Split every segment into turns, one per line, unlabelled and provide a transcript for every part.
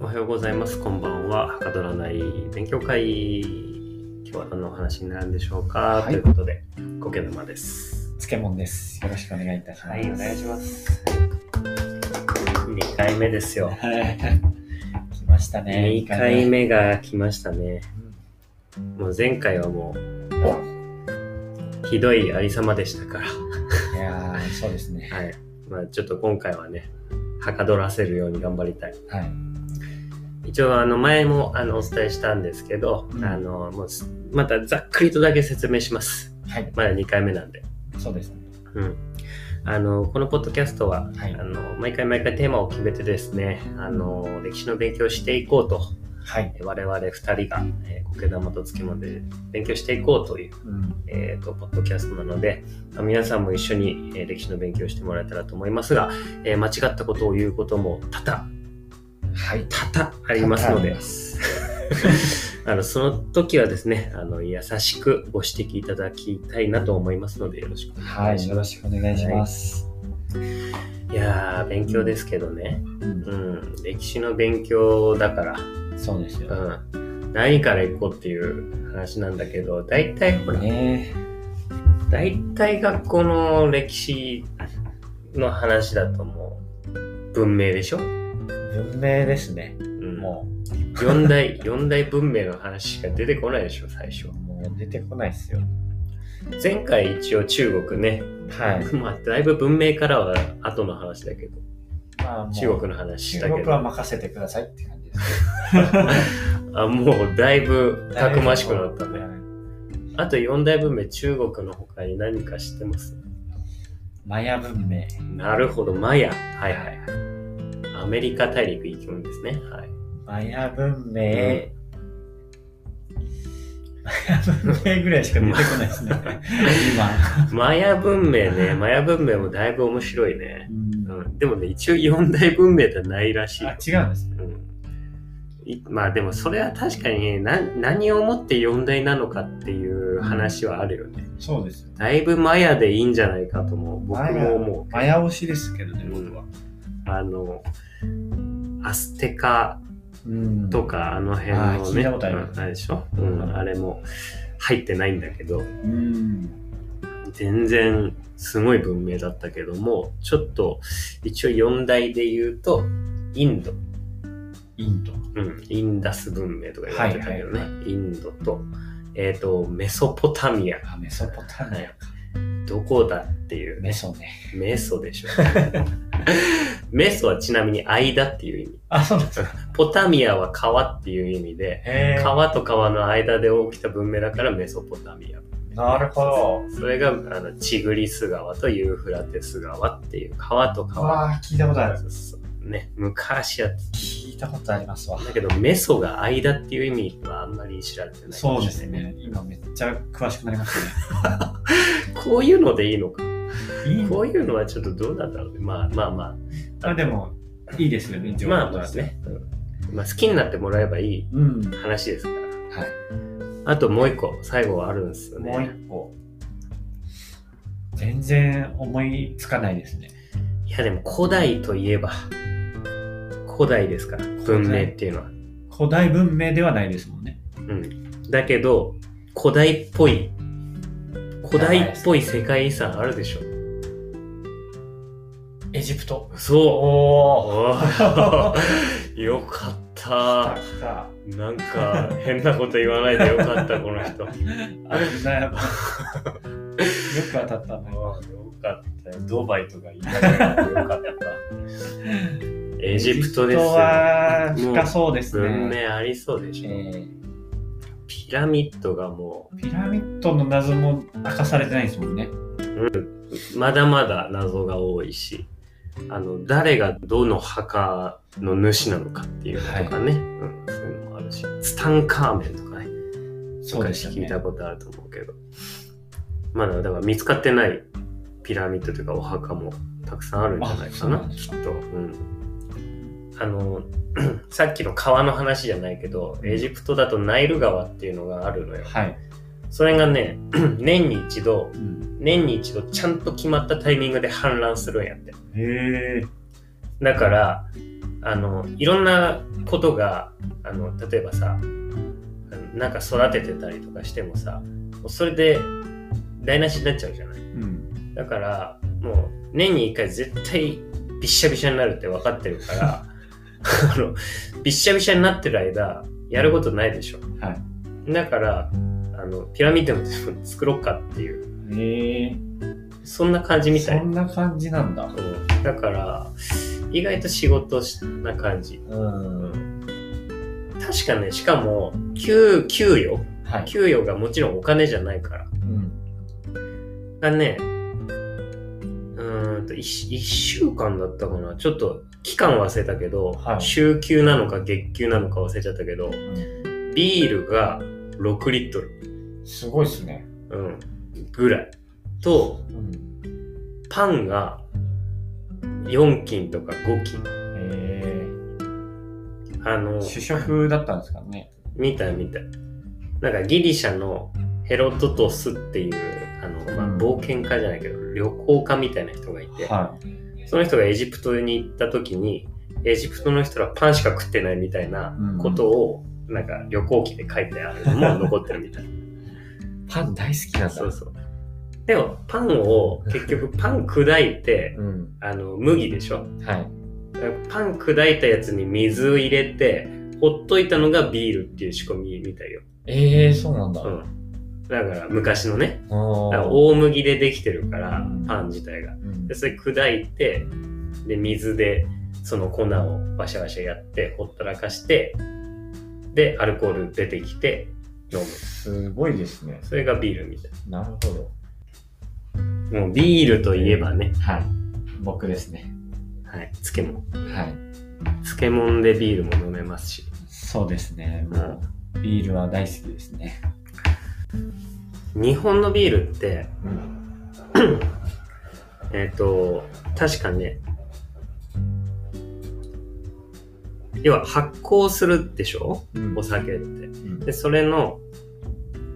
おはようございます。こんばんは。はかどらない勉強会。今日は何のお話になるんでしょうか、
は
と
い
いうことで、コケ沼です。
漬物です。よろしくお願いいたします。
はい、お願いします。2回目ですよ。
来ましたね。
2回目が来ましたね。もう前回はもう、ひどいありさまでしたから。
いやー、そうですね。
はい。まあちょっと今回はね、はかどらせるように頑張りたい。
はい。
一応あの前もあのお伝えしたんですけど、
うん
あのもうすまたざっくりとだけ説明します
はい。
まだ2回目なんで、
そうですね。
うん、あのこのポッドキャストは、
はい
あの毎回毎回テーマを決めてですねあの歴史の勉強をしていこうと
はい。
我々2人が、えー、苔玉と漬物で勉強していこうという、
うん。
えー、とポッドキャストなのでまあ皆さんも一緒に、えー歴史の勉強をしてもらえたらと思いますが、えー間違ったことを言うことも多々
はい。
多々ありますので
多々あります
あのその時はですねあの優しくご指摘いただきたいなと思いますのでよろしくお
は
願い
い。
し
よ
ま
ろ
す。
しくお願いします。
い、やー勉強ですけどね、
うん
うん、歴史の勉強だから、
そうですよ。
うん、何から行こうっていう話なんだけど大体ほら
ね
大体学校の歴史の話だともう文明でしょ、
文明ですね。
うん、
も
う4大 四大文明の話しか出てこないでしょ最初
う、もう出てこないですよ。
前回一応中国ね
はい。
まあ、だいぶ文明からは後の話だけど、
まあもう
中国の話し
中
たけ
国は
ど、
任せてくださいって感じです。
あもうだいぶたくましくなったね。
はい。
あと四大文明、中国の他に何か知ってます
マヤ文明。
なるほど、マヤ。はいはいはい。アメリカ大陸行くんですね。はい。
マヤ文明。文明ぐらいしか出てこないですね。
マヤ文明 ね、マヤ文明もだいぶ面白いね。
今。
うん、でもね、一応四大文明ではないらしい
あ、。違うんですね。
うんいまあでもそれは確かにねな何をもって四大なのかっていう話はあるよね。
そうですよ。
だいぶマヤでいいんじゃないかとも僕も思
マヤ推しですけどね、
うん
僕は。
う。あのアステカ
うん
とかあの辺
あー
の
聞い
ね、
たことありま
う
す
んあれでしょ、うん、あれも入ってないんだけど
うん。
全然すごい文明だったけどもちょっと一応四大で言うとインド、
インド。
うん、インダス文明とか言われてたけどね、
はい
インドと,、えー、とメソポタミア
あ、メソポタミアか。
どこだっていう
メソね。
メソでしょ メソはちなみに間っていう意味
あ、そうなんですか。
ポタミアは川っていう意味で、
へー
川と川の間で起きた文明だからメソポタミア。
なるほど。
それがあのチグリス川とユーフラテス川っていう川と川。
わあ、聞いたことある。
そうそうね、昔やって
聞いたことありますわ
た。だけどメソが間っていう意味はあんまり知られてない。
そうですね。今めっちゃ詳しくなりましたね。
こういうのでいいのか。
いい
こういうのはちょっとどうなんだろうね。まあまあま
あ、でも、いいですよね
あ。。まあまあ。ね。うんまあ好きになってもらえばいい
うん。
話ですから。
はい。
あともう一個、最後はあるんですよね。
もう一個。全然思いつかないですね。
いやでも古代といえば古代ですから文明っていうのは、
古代文明ではないですもんね。
うん、だけど古代っぽい古代っぽい世界遺産あるでしょ
エジプト。
そう
お
おーよかった
来た。
なんか変なこと言わないでよかったこの人よ
あれだ よ。よく当たったね。
かったよドバイとか言いながらよかったエジプトです
エジ
よ
プトは深そうです
文
ね。
明ありそうでしょ、
えー
ピラミッドがも
ピラミッドの謎も明かされてないですもんね。
うまだまだ謎が多いしあの誰がどの墓の主なのかっていうのとかね、うん、そういうのもあるしスタンカーメンとかね
そうですよ
昔聞い
ね
た。ことあると思うけどまだだから見つかってないピラミッドというかお墓もたくさんあるんじゃないかな
あそうなんです
きっ
か
と、うん、あの さっきの川の話じゃないけどエジプトだとナイル川っていうのがあるのよ
はい。
それがね 年に一度
うん
年に一度ちゃんと決まったタイミングで氾濫するんやって
へえ。
だからああのいろんなことがあの例えばさあのなんか育ててたりとかしてもさもうそれで台無しになっちゃうじゃない
うん。
だからもう年に1回絶対びっしゃびしゃになるって分かってるから あのびっしゃびしゃになってる間やることないでしょ、
は
だからあのピラミッドでも作ろうかっていう
ええ
そんな感じみたい
そんな感じなんだ。
そうだから意外と仕事な感じ
うん。
確かねしかも給給与
はい。
給与がもちろんお金じゃないから
うん。
がね、うーんと、1, 週間だったかな。ちょっと期間忘れたけど、
はい
週休なのか月給なのか忘れちゃったけど、ビールが6リットル、
すごいっすね。
うん、ぐらい。と、
うん。
パンが4斤とか5斤。
え
あの
え、主食だったんですかね。
見た見た。なんかギリシャのヘロドトスっていう、あの、まあ、冒険家じゃないけど、旅行家みたいな人がいて、
は
その人がエジプトに行った時に、エジプトの人はパンしか食ってないみたいなことを、なんか旅行記で書いてあるの も残ってるみたいな。
い。パン大好きなんだ。
そうそう。でも、パンを、結局パン砕いて、
うん。
あの、麦でしょ
はい。
パン砕いたやつに水を入れて、ほっといたのがビールっていう仕込みみたいよ。
ええそうなんだ。
う
あ
ん。だから、昔のね、
あー
だから大麦でできてるから
うん、
パン自体が。
うん
でそれ砕いてで水でその粉をバシャバシャやってほったらかしてでアルコール出てきて飲む
すごいですね。
それがビールみたい
なるほど。
なもうビールといえばね、
はい。僕ですね。
はい、漬物
はい。
漬物でビールも飲めますし
そうですね。
う
もう、ビールは大好きですね。
日本のビールって
うん。
えっ、と確かね要は発酵するでしょお酒って
うん
でそれの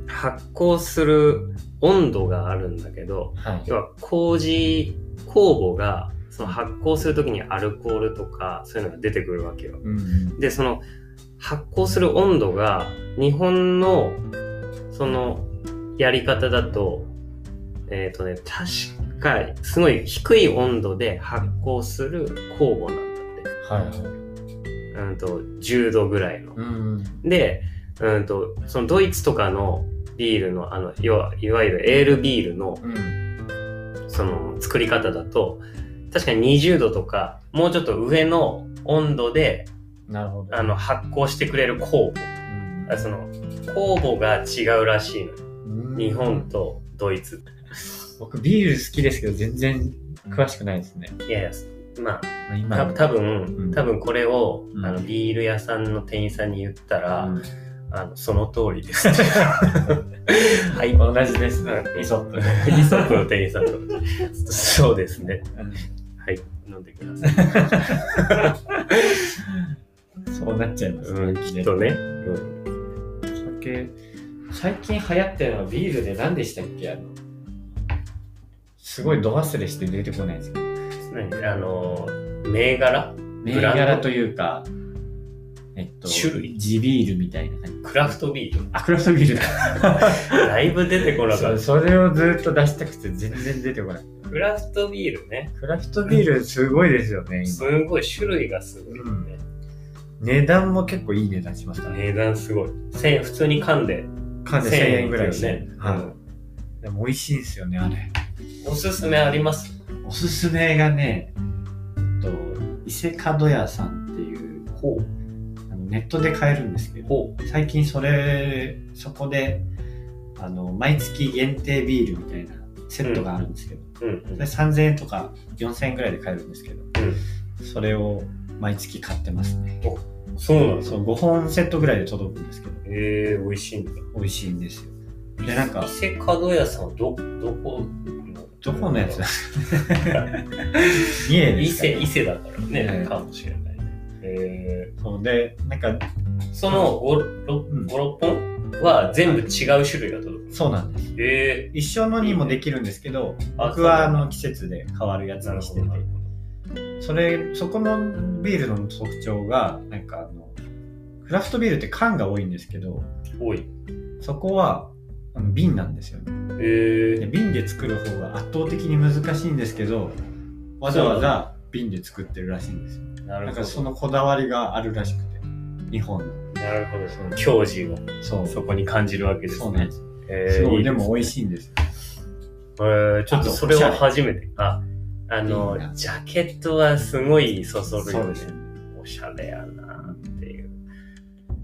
発酵する温度があるんだけど
はい。
要は麹酵母がその発酵する時にアルコールとかそういうのが出てくるわけよ
うん。
でその発酵する温度が日本のそのやり方だとえっ、とね確かすごい低い温度で発酵する酵母なんだっ
はいはい。
てうんと10度ぐらいの
うん。
で、うんと、そのドイツとかのビールの、あの、要は、いわゆるエールビールの、
うん。
その、作り方だと、確かに20度とか、もうちょっと上の温度で、
なるほど。
あの、発酵してくれる酵母。あその、酵母が違うらしいの。
うん
日本とドイツ。
僕ビール好きですけど全然詳しくないですね。
いやいや、まあ、
まあ今
た多
う
分
ん
多分これを、
うん
あの、ビール屋さんの店員さんに言ったら、
うん
あの、その通りです。 はい。
同じですね。
うん
イソップ。
リソッ プの店員さんと。そうですね。はい。飲んでください。
そうなっちゃいます
うん、きっとね。うん。
お酒最近流行ってるのはビールで何でしたっけあのすごいド忘れして出てこないんですけど
何あのー、銘柄
銘柄というかえっと
種類
地ビールみたいな感じ
クラフトビール。
あクラフトビールだ
だいぶ出てこなか
そ
っ
うそれをずっと出したくて全然出てこない
た。クラフトビールね。
クラフトビールすごいですよね
す
今
ごい種類がすごいよね。
値段も結構いい値段しましたね
値段すごい。千円、普通に噛んで
缶で1000円ぐらいし
ね
て、。はいでも美味しいんですよねあれ
うんおすすめあります
おすすめがね、えっと、伊勢門屋さんっていう、
ほう。
あのネットで買えるんですけど、
ほ
最近それ、そこで、あの、毎月限定ビールみたいなセットがあるんですけど、
う。うんうん
それ3000円とか4000円ぐらいで買えるんですけど、それを毎月買ってますね。
そうなんです
そう、5本セットぐらいで届くんですけど、
えー、美味しいんだ。
美味しいんですよ。で、なんか
伊、勢門屋さんはど、どこの
どこのや つだ三重で
伊
すかね
勢、伊勢だからね、
はい
かもしれないね。え
そうで、なんか、
ー、その5、
うん
6本は全部違う種類が届く。
そうなんです。
え
一生のにもできるんですけど、
あ
僕はあの季節で変わるやつにしてて、それ、そこのビールの特徴が、なんかあの、クラフトビールって缶が多いんですけど、
多い。
そこは、あの瓶なんですよね。で
え
瓶で作る方が圧倒的に難しいんですけど、わざわざ瓶で作ってるらしいんですよ。
ー、な
な
る
ん
ほ
かそ
ど。
のこだわりがあるらしくて、日本の。
なるほど。そ
そ
の
う
矜持を
そう。
そこに感じるわけですね。
そうなんです。
えー
すごい、
い
でも美味
い
しいんです。
ですね。えーちょっとそれは初めて。あ、あの
いいな、
ジャケットはすごいそそるよね。
ね。
おしゃれやなっていう。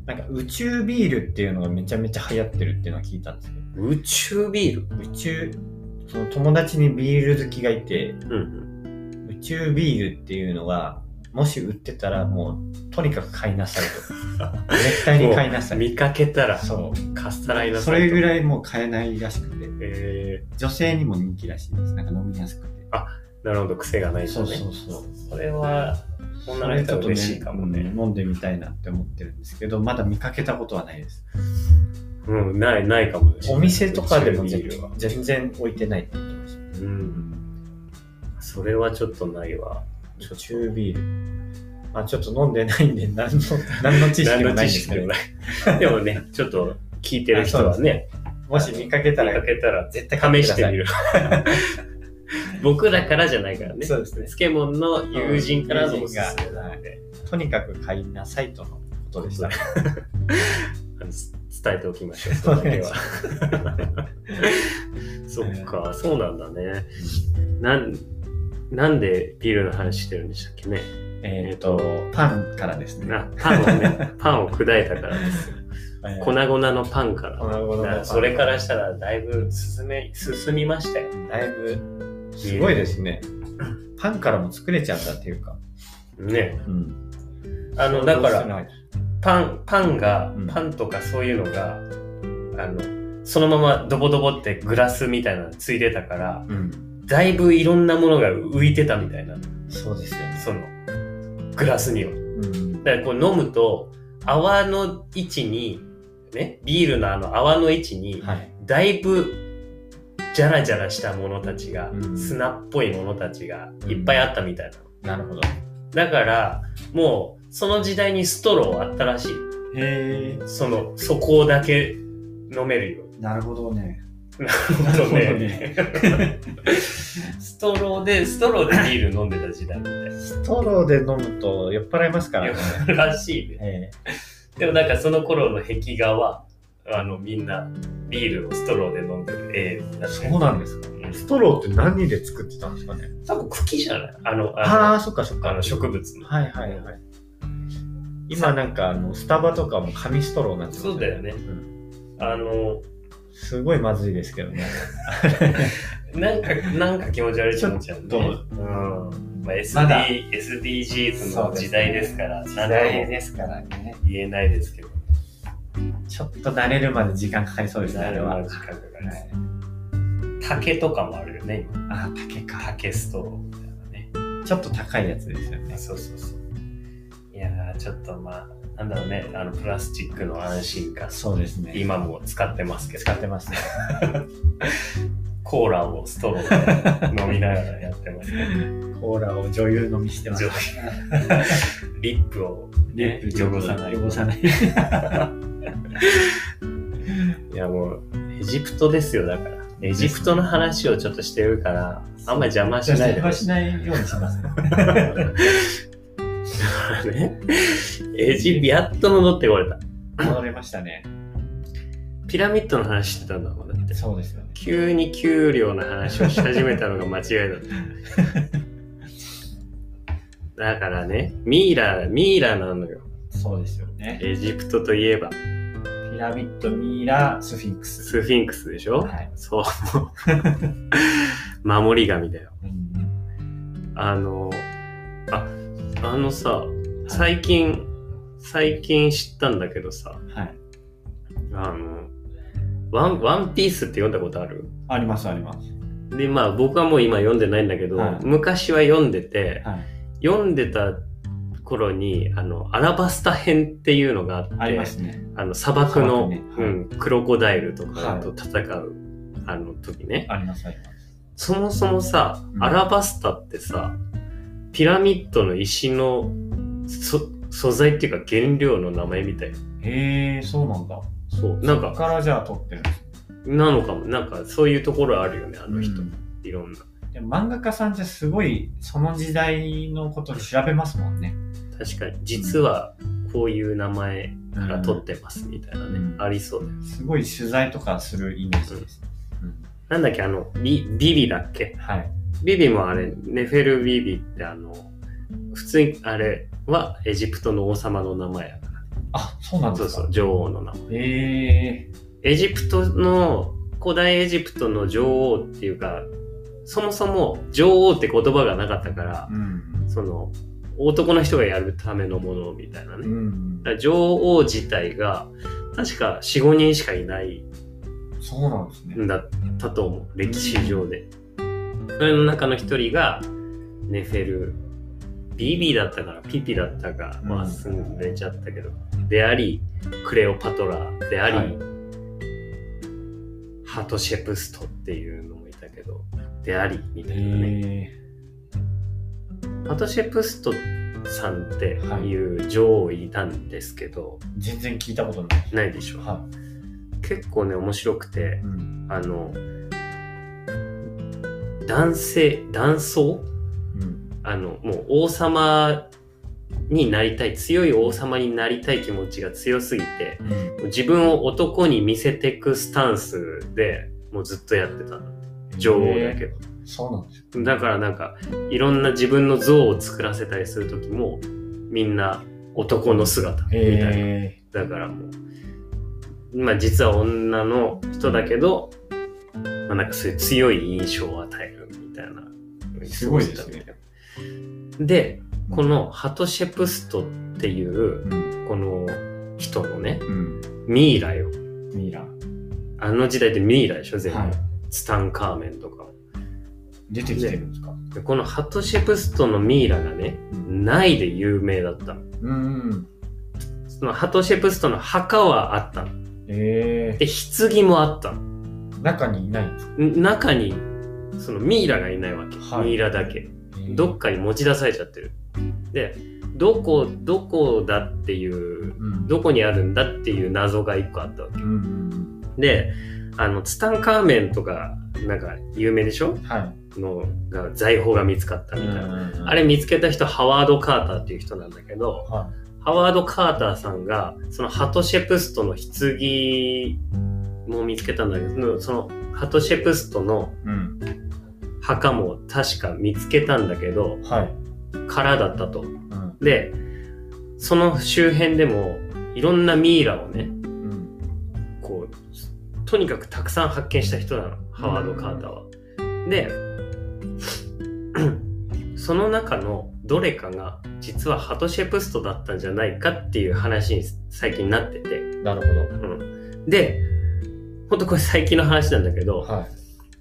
なんか宇宙ビールっていうのがめちゃめちゃ流行ってるっていうのは聞いたんですけ
宇宙ビール
ど、宇宙、その友達にビール好きがいて、
うん
宇宙ビールっていうのが、もし売ってたらもう、とにかく買いなさい と。絶対に買いな
う
さ
ん。
い。
見かけたら、
そ
カスタライナ
う。それぐ
い。
らいもう買えないらしくて、
え
女性にも人気らしいです。なんか飲みやすくて。
ー、なるほど、癖がないとね。
うそう。
それは、女の人は嬉しいかも
それちょっ
ね。
と飲んでみたいなって思ってるんですけど、まだ見かけたことはないです。
うん、ない、ないかもね
お店とかでも
宇宙ビ
全
ールは。
全然置いてないって言ってました。
うん。それはちょっとないわ。
宇宙ビール。まあちょっと飲んでないんで、何の、何の知識もないんですけ
何
ど
の、知識もない。でもね、ちょっと聞いてる人はね、
もし見かけ
見
た、
からけたら
絶対買
試
っく
し
だ
て
さい
みる。僕らからじゃないからね。
そうですね。
漬物の友人からのおすすめなので、
とにかく買いなさいとのことでした。
あの伝えておきましょう、そのだ けは。そっか、そうなんだね。なん、なんでビールの話してるんでしたっけね。
えっと、パンからですね。
あ、パンを ね、パンを砕いたからですよ。
えー
粉々のパンから。
粉々のパン
だからそれからしたらだいぶ進め、進みましたよ。
だいぶ、すごいですね。パンからも作れちゃったっていうか。
ね。
うん。
あの、だから、
ら、
パン、パンが
うん、
パンとかそういうのが、あの、そのままドボドボってグラスみたいなのついてたから、
うん。
だいぶいろんなものが浮いてたみたいな、
そうですよね。
その、グラスには。
うん。
だからこう飲むと、泡の位置に、ね、ビールのあの泡の位置に、
はい。
だいぶジャラジャラしたものたちが、
うん
砂っぽいものたちがいっぱいあったみたいなの、
なるほど。
だからもうその時代にストローあったらしい
へえ。
そのそこだけ飲めるよ
なるほどね。
うに
なるほど
ストローでストローでビール飲んでた時代みたい
ストローで飲むと酔っ払いますからね。
ならしいね
え
でもなんかその頃の壁画はあのみんなビールをストローで飲んでる絵にな
え
って
そうなんですか。
うん
ストローって何で作ってたんですかね。
多分茎じゃないあの
ああ、
あ
そっかそっ
の
か。
あの植物の
はいはいはい。今なんかあのスタバとかも紙ストローになってます
そうだよね
ん
あの
すごいまずいですけどね。
なんか、なんか気持ち悪いと思っちゃうね。
ちょっ
うん。まあ、SD、
まだ
SDGs の時代ですから、
時
何と
代
も
ですからね。
言えないですけど、
ちょっと慣れるまで時間かかりそうですね、あ
な
れ
るま
は。
で時間かかる、竹とかもあるよね、今
ああ、竹か。
竹ストローみたいなね。
ちょっと高いやつですよね。
そうそうそう。いやー、ちょっとまあ、なんだろうね、あの、プラスチックの安心感。
そうですね。
今も使ってますけど
使、ってますね。
コーラをストローで飲みながらやってますけど、
コーラを女優飲みしてます。
リップを、ね、
リップ
汚さない。
汚さない。
いやもう、エジプトですよ、だから。エジプトの話をちょっとしてるから、あんま邪魔しないで
邪
ほ
魔
し
し
い。
ないようにします。
ね、エジプト、やっと戻ってこれた。
戻れまし たね。
ピラミッドの話してたんだもん、だって。
そうですよね。
急に給料の話をし始めたのが間違いだった。 だからね、ミイラ、ミイラなのよ。
そうですよね。
エジプトといえば、
ピラミッド、ミイラ、スフィンクス。
スフィンクスでしょ
はい。
そう。守り神だよ。
うん
あの、あ、あのさ、最近、最近知ったんだけどさ、
はい。
あの、ワン、ワンピースって読んだことある
あります、あります。
で、まあ僕はもう今読んでないんだけど、
はい
昔は読んでて、
はい。
読んでた頃に、あの、アラバスタ編っていうのがあって、
ありますね。
あの、砂漠の、
砂漠ね
う
はい
ん、クロコダイルとか
はい
と戦う、あの時ね。
あります、あります。
そもそもさ、
うん
アラバスタってさ、ピラミッドの石のそ素材っていうか原料の名前みたい。
へえ、そうなんだ。
そう。なん
そ
か、
っからじゃあ撮ってるんです
なのかも。なんか、そういうところあるよね、あ
あ
の人。いろんな。
でも漫画家さんってすごいその時代のこと調べますもんね。
確かに、実はこういう名前から取ってますみたいなね。
うん
ありそうだよ。
すごい取材とかするイメージです。
なんだっけ、あの、ビビビだっけ
はい。
ビビもあれ、ネフェルビビってあの、普通にあれはエジプトの王様の名前やから。
あ、そうなんで
そう
すか。
そう、女王の名前。
へえ。
エジプトの、古代エジプトの女王っていうか、そもそも女王って言葉がなかったから、
うん。
その、男の人がやるためのものみたいな
う
ね。
ん
だか。ら女王自体が、確か4、5人しかいない
そうなんですね。
んだったと思う。歴史上で。それの中の一人が、ネフェル、ビビだったから、ピピだったか、ま
う
あ
ん
住んでちゃったけど、であり、クレオパトラであり、
はい
ハトシェプストっていうのもいたけど、であり、みたいなね。
へ
ハトシェプストさんっていう女王いたんですけど、
ー全然聞いたことない。
ないでしょう。
は
結構ね、面白くて、
い。うん。
あの、男性、男装
うん。
あの、もう王様になりたい、強い王様になりたい気持ちが強すぎて、
うん。
自分を男に見せてくスタンスでもうずっとやってたの女王だけど。
そうなんです
だからなんか、いろんな自分の像を作らせたりする時も、みんな男の姿みたいな。
へ
だからもう、まあ実は女の人だけど、まあなんかそういう強い印象を与えるみたいな。
すごいですね。
で、このハトシェプストっていう、
え。うん。
この人のね、
うん。
ミイラよ。
ミイラ。
あの時代ってミイラでしょ、全部。
はい。
ツタンカーメンとかも。
出てきてるんですか。
でこのハトシェプストのミイラがね、
うん。
ないで有名だったの。
うん。
そのハトシェプストの墓はあったの。
ええ
で、棺もあったの。
ー。中にいないんですか。
中にそのミイラがいないわけ、
はい
ミイラだけ
へー
どっかに持ち出されちゃってるでどこどこだっていう
うん。
どこにあるんだっていう謎が一個あったわ
うんうん
けであのツタンカーメンとかなんか有名でしょ
うん。はい。
のが財宝が見つかったみたいな、あれ見つけた人ハワード・カーターっていう人なんだけど
は
ハワード・カーターさんがそのハトシェプストの棺も見つけたんだけどそのハトシェプストの
い。うん。
墓も確か見つけたんだけど
はい。
空だったと。
うん。
でその周辺でもいろんなミイラをね
うん。
こうとにかくたくさん発見した人なのハワード・カーターは。で その中のどれかが実はハトシェプストだったんじゃないかっていう話に最近なってて、
なるほど。
うん、でほんとこれ最近の話なんだけど、
はい。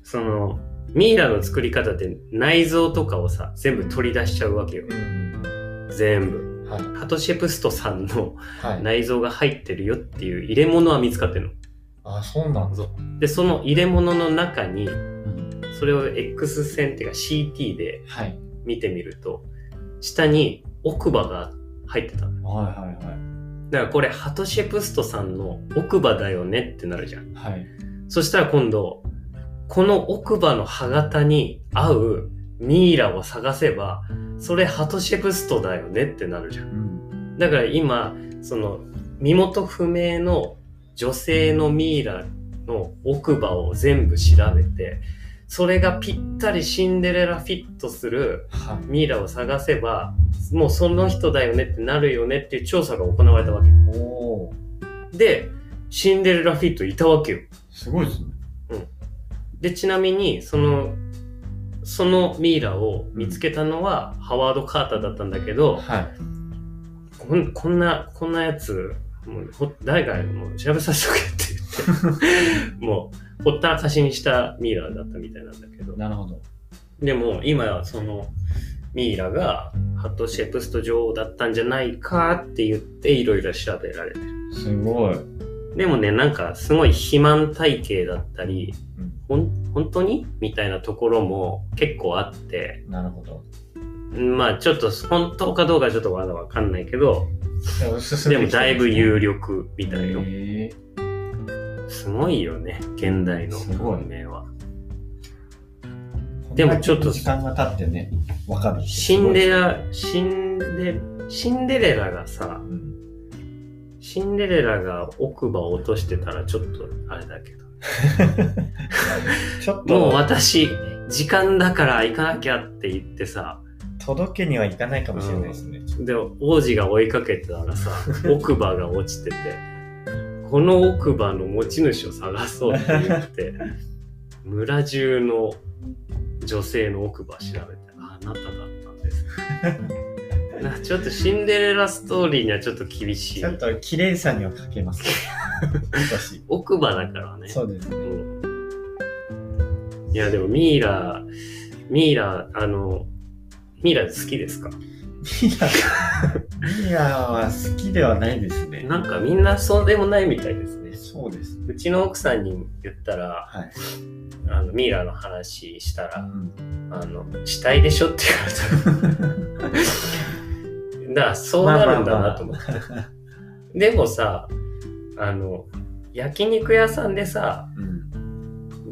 そのミイラの作り方って内臓とかをさ全部取り出しちゃうわけよ
うん。
全部
はい。
ハトシェプストさんの
はい。
内臓が入ってるよっていう入れ物は見つかってる
あ、そうな
の
んだ。
そうでその入れ物の中に
うん。
それを X 線っていうか CT で
はい。
見てみると下に奥歯が入ってたの
はいは
だからこれハトシェプストさんの奥歯だよねってなるじゃん
いはい。はい。
そしたら今度、この奥歯の歯型に合うミイラを探せば、それハトシェプストだよねってなるじゃん。
うん。
だから今、その身元不明の女性のミイラの奥歯を全部調べて、それがぴったりシンデレラフィットする
はい。
ミイラを探せば、もうその人だよねってなるよねっていう調査が行われたわけ。
おおー。
で、シンデレラフィットいたわけよ。
すごいですね。
でちなみにそのそのミイラを見つけたのはハワード・カーターだったんだけど、
はい。
こんこんなこんなやつもうほ誰かにもう調べさせとけって言ってもうほったらかしにしたミイラだったみたいなんだけど
なるほど。
でも今そのミイラがハットシェプスト女王だったんじゃないかって言っていろいろ調べられてる
すごい。
でもねなんかすごい肥満体型だったり
うん。
ほん本当にみたいなところも結構あって
なるほど。
まあちょっと本当かどうかちょっとまだわかんないけど、
でも進
で
ん
も
きて
だ
る
い
んです
ぶ
ね
有力みたいよ。
へえ
すごいよね、現代の
すごい
文明は。
こん
でもちょっと
だけ時間が経ってね、わかる。
シンデレ
ラ。
ラ、シンデ、シンデレラがさ、
うん
シンデレラが奥歯を落としてたらちょっとあれだけど。
ちょっ
もう
と
私、時間だから行かなきゃって言ってさ、
届けにはいかないかもしれないですね。
で、王子が追いかけてたら さ、奥歯が落ちてて、この奥歯の持ち主を探そうって言 って、村中の女性の奥歯調べて、あ、あなただったんです。 なちょっとシンデレラストーリーにはちょっと厳しい
ちょ。っと綺麗さには欠けます。 私。
奥歯だからね。
そうですね。
うんいや、でもミイラ、ミイラ、あの、ミイラ好きですか
ミラミラは好きではないですね。
なんかみんなそうでもないみたいですね。
そうです。
うちの奥さんに言ったら、
はい。
あのミイラの話したら、
う
あの、死体でしょって
ん
言われた。だからそうなるんだなと思って。でもさ、あの、焼肉屋さんでさ、
うん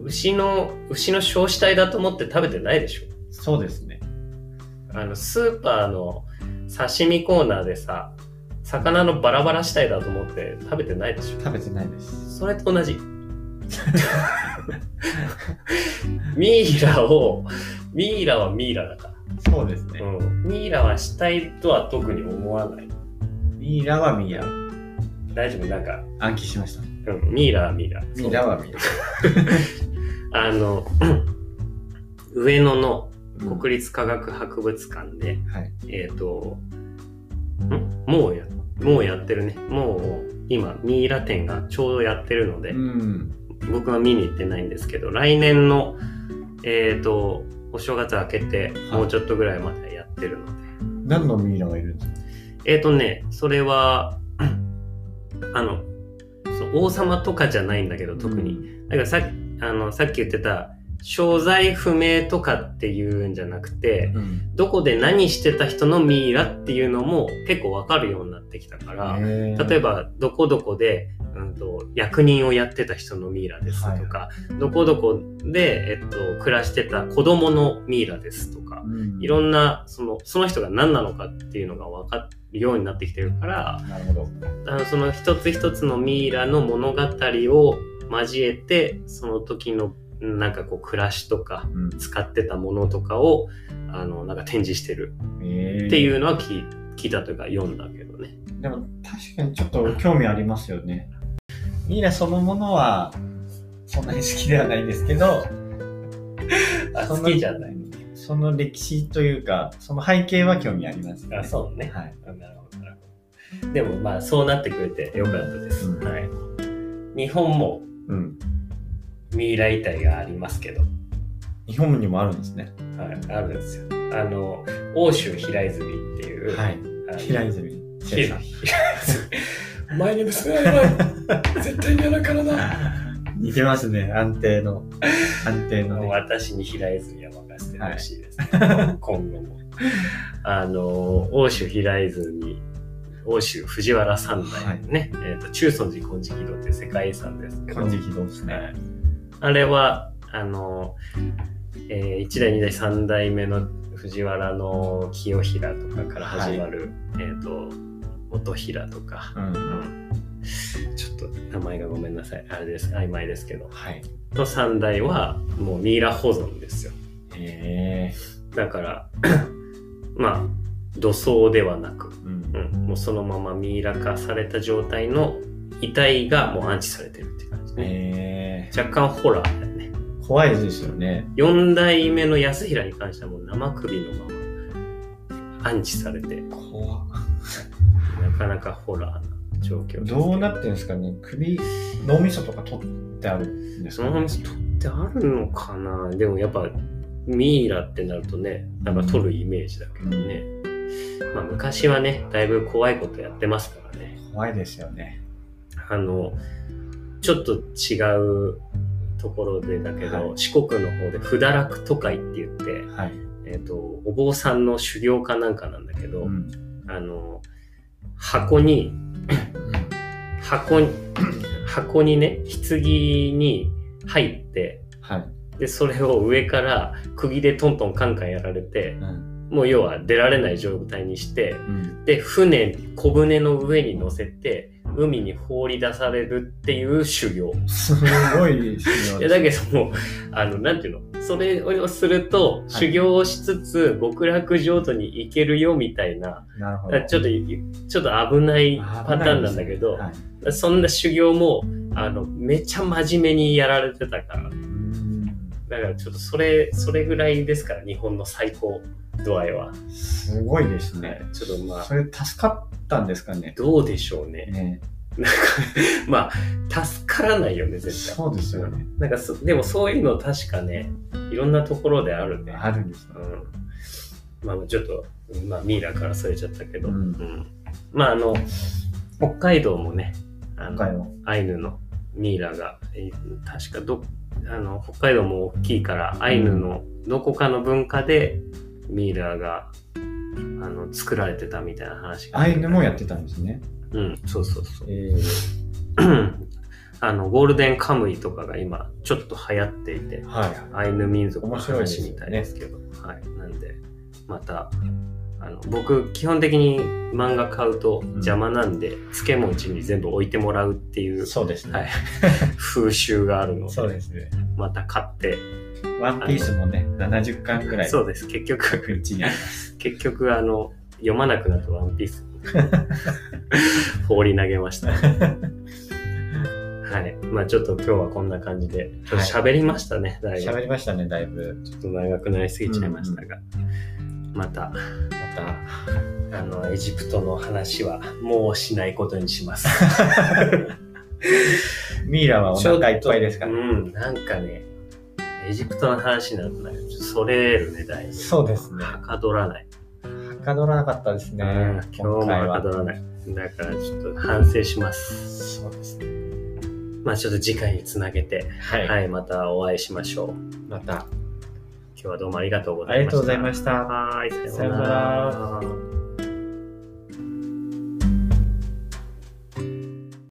牛の、牛の小死体だと思って食べてないでしょ
そうですね。
あの、スーパーの刺身コーナーでさ、魚のバラバラ死体だと思って食べてないでしょ
食べてないです。
それと同じ。 ミイラを、ミイラはミイラだか
そうですね
ら。。うん。ミイラは死体とは特に思わない。
ミイラはミイラ。
大丈夫なんか、
暗記しました。
うん。ミイラはミイラ。
ミイラはミイラ。
そうあの、 上野の国立科学博物館で、
はい。
えっ、と、んもうや、もうやってるね。もう、今、ミイラ展がちょうどやってるので、
うん。
僕は見に行ってないんですけど、来年の、えっ、と、お正月明けて、もうちょっとぐらいまでやってるので。
何のミイラがいるんですか
えっ、とね、それは、あの、そう王様とかじゃないんだけど、特に。。だからさっあのさっき言ってた、所在不明とかっていうんじゃなくて、
うん。
どこで何してた人のミイラっていうのも結構わかるようになってきたから、例え
例ば、
ばどこどこで、うん、と役人をやってた人のミイラですとか、どこどこで、えっと、暮らしてた子供のミイラですとか、いろ
ん
んなそのその人が何なのかっていうのが分かるようになってきてるから
な。なるほど。
あのその一つ一つのミイラの物語を交えてその時のなんかこう暮らしとか
うん
使ってたものとかをあのなんか展示してる
っ。
っていううのは聞い聞いたというか読んだけどね。
でも確かにちょっと興味ありますよね。ミイラそのものはそんなに好きではないんですけど、
あ
その
好きじゃない。
その歴史というか、その背景は興味ありますね。
あそうね
はい。
あなるほどなるほど。でもまあそうなってくれてよかったです。
うん
はい。日本も
うん。
ミイラ遺体がありますけど、
日本にもあるんですね。
はい、あるんですよ。あの欧州平泉っていう、
はい。
あの
平泉
平
千恵さん。
泉。 前に娘はや ばい。絶対にやらからな。
似てますね。安定の。安定の
もう
ね。
私に平泉は任せてほしいです、 今後も。あの欧州平泉欧州藤原三代ね、えー、と中尊寺金色堂っていう世界遺産ですけど、
金色堂です
は
ね。
いあれはあの、え1代2代3代目の藤原の清平とかから始まる、えっ、と音平とか、
うん。
ちょっと名前がごめんなさいあれです曖昧ですけど
はい。
の3代はもうミイラ保存ですよ
へえ。
だから まあ土葬ではなく、
うん
うん、もうそのままミイラ化された状態の遺体がもう安置されてるっていう感じね、
へえ。
若干ホラーだよね
怖いですよね。
4代目の安平に関してはもう生首のまま安置されて
怖っ
なかなかホラーな状況ですけ
どうなってるんですかね首、脳みそとか取ってあるんです
そ
か
の話取ってあるのかなでもやっぱミイラってなるとねなんか取るイメージだけどね、まあ昔はねだいぶ怖いことやってますからね
怖いですよね。
あのちょっと違うところでだけど、
は
四国の方で「不堕落都会」って言って、
はい。
えっ、と、お坊さんの修行かなんかなんだけど、
うん
あの、箱に、箱に、 箱にね、棺に入って、
はい。
で、それを上から釘でトントンカンカンやられて、
うん。
もう要は出られない状態にして、
うん。
で、船、小舟の上に乗せて、海に放り出されるっていう修行。
すごい修行
いやだけどもうあのなんていうのそれをすると、修行をしつつ極楽浄土に行けるよみたいな
なるほど。
ちょっとちょっと危ないパターンなんだけど、
はい
そんな修行もあのめちゃ真面目にやられてたから
うん
だからちょっとそれそれぐらいですから日本の最高度合いは、
すごいです
は
ね。
い、ちょっとまあ
それ助かったんですかね。
どうでしょうね
ね
なんかまあ助からないよね絶対
そうですよね。
なんかそでもそういうの確かねいろんなところであるね
あるんですか。
うんまあちょっと、まあ、ミイラからそれちゃったけど、
うん
んまああの北海道もねあ
今回
の
は。
アイヌのミイラが、えー確かどあの北海道も大きいからアイヌのどこかの文化でミイラがあの作られてたみたいな話が
アイヌもやってたんですね。
うんそうそうそう
えー、
あのゴールデンカムイとかが今ちょっと流行っていて
は
アイヌ民族の
面白いです
話
よね
みたいですけどはい、なんでまたあの僕基本的に漫画買うと邪魔なんで、漬物に全部置いてもらうってい
い。
う
そうですね。
はい風習があるので
そうですね。
また買って
ワンピースもね、70巻くらい。
そうです結局
各一にあります。
結局あの読まなくなったワンピー ス放り投げましたはいまあちょっと今日はこんな感じでちょっと喋りましたね、だいぶ
喋りましたね、だいぶ。
ちょっと長くなりすぎちゃいましたが、また
また。
あのエジプトの話はもうしないことにします。
ミイラはお腹いっぱいです
う
から。
ん、なんかね、エジプトの話になるとなんかちょっとそれるね、だいぶ。
そうですね
はかどらない。
はかどらなかったですね
うん。今日も
今回
は
は
かどらない。だからちょっと反省します。
そうですね。
まあちょっと次回につなげて、
はい。
はい、またお会いしましょう。
また。
今日はどうもありがとうござ
あ
い
り
ました。
がとうございました。
はーい、さよう
さよう
なら。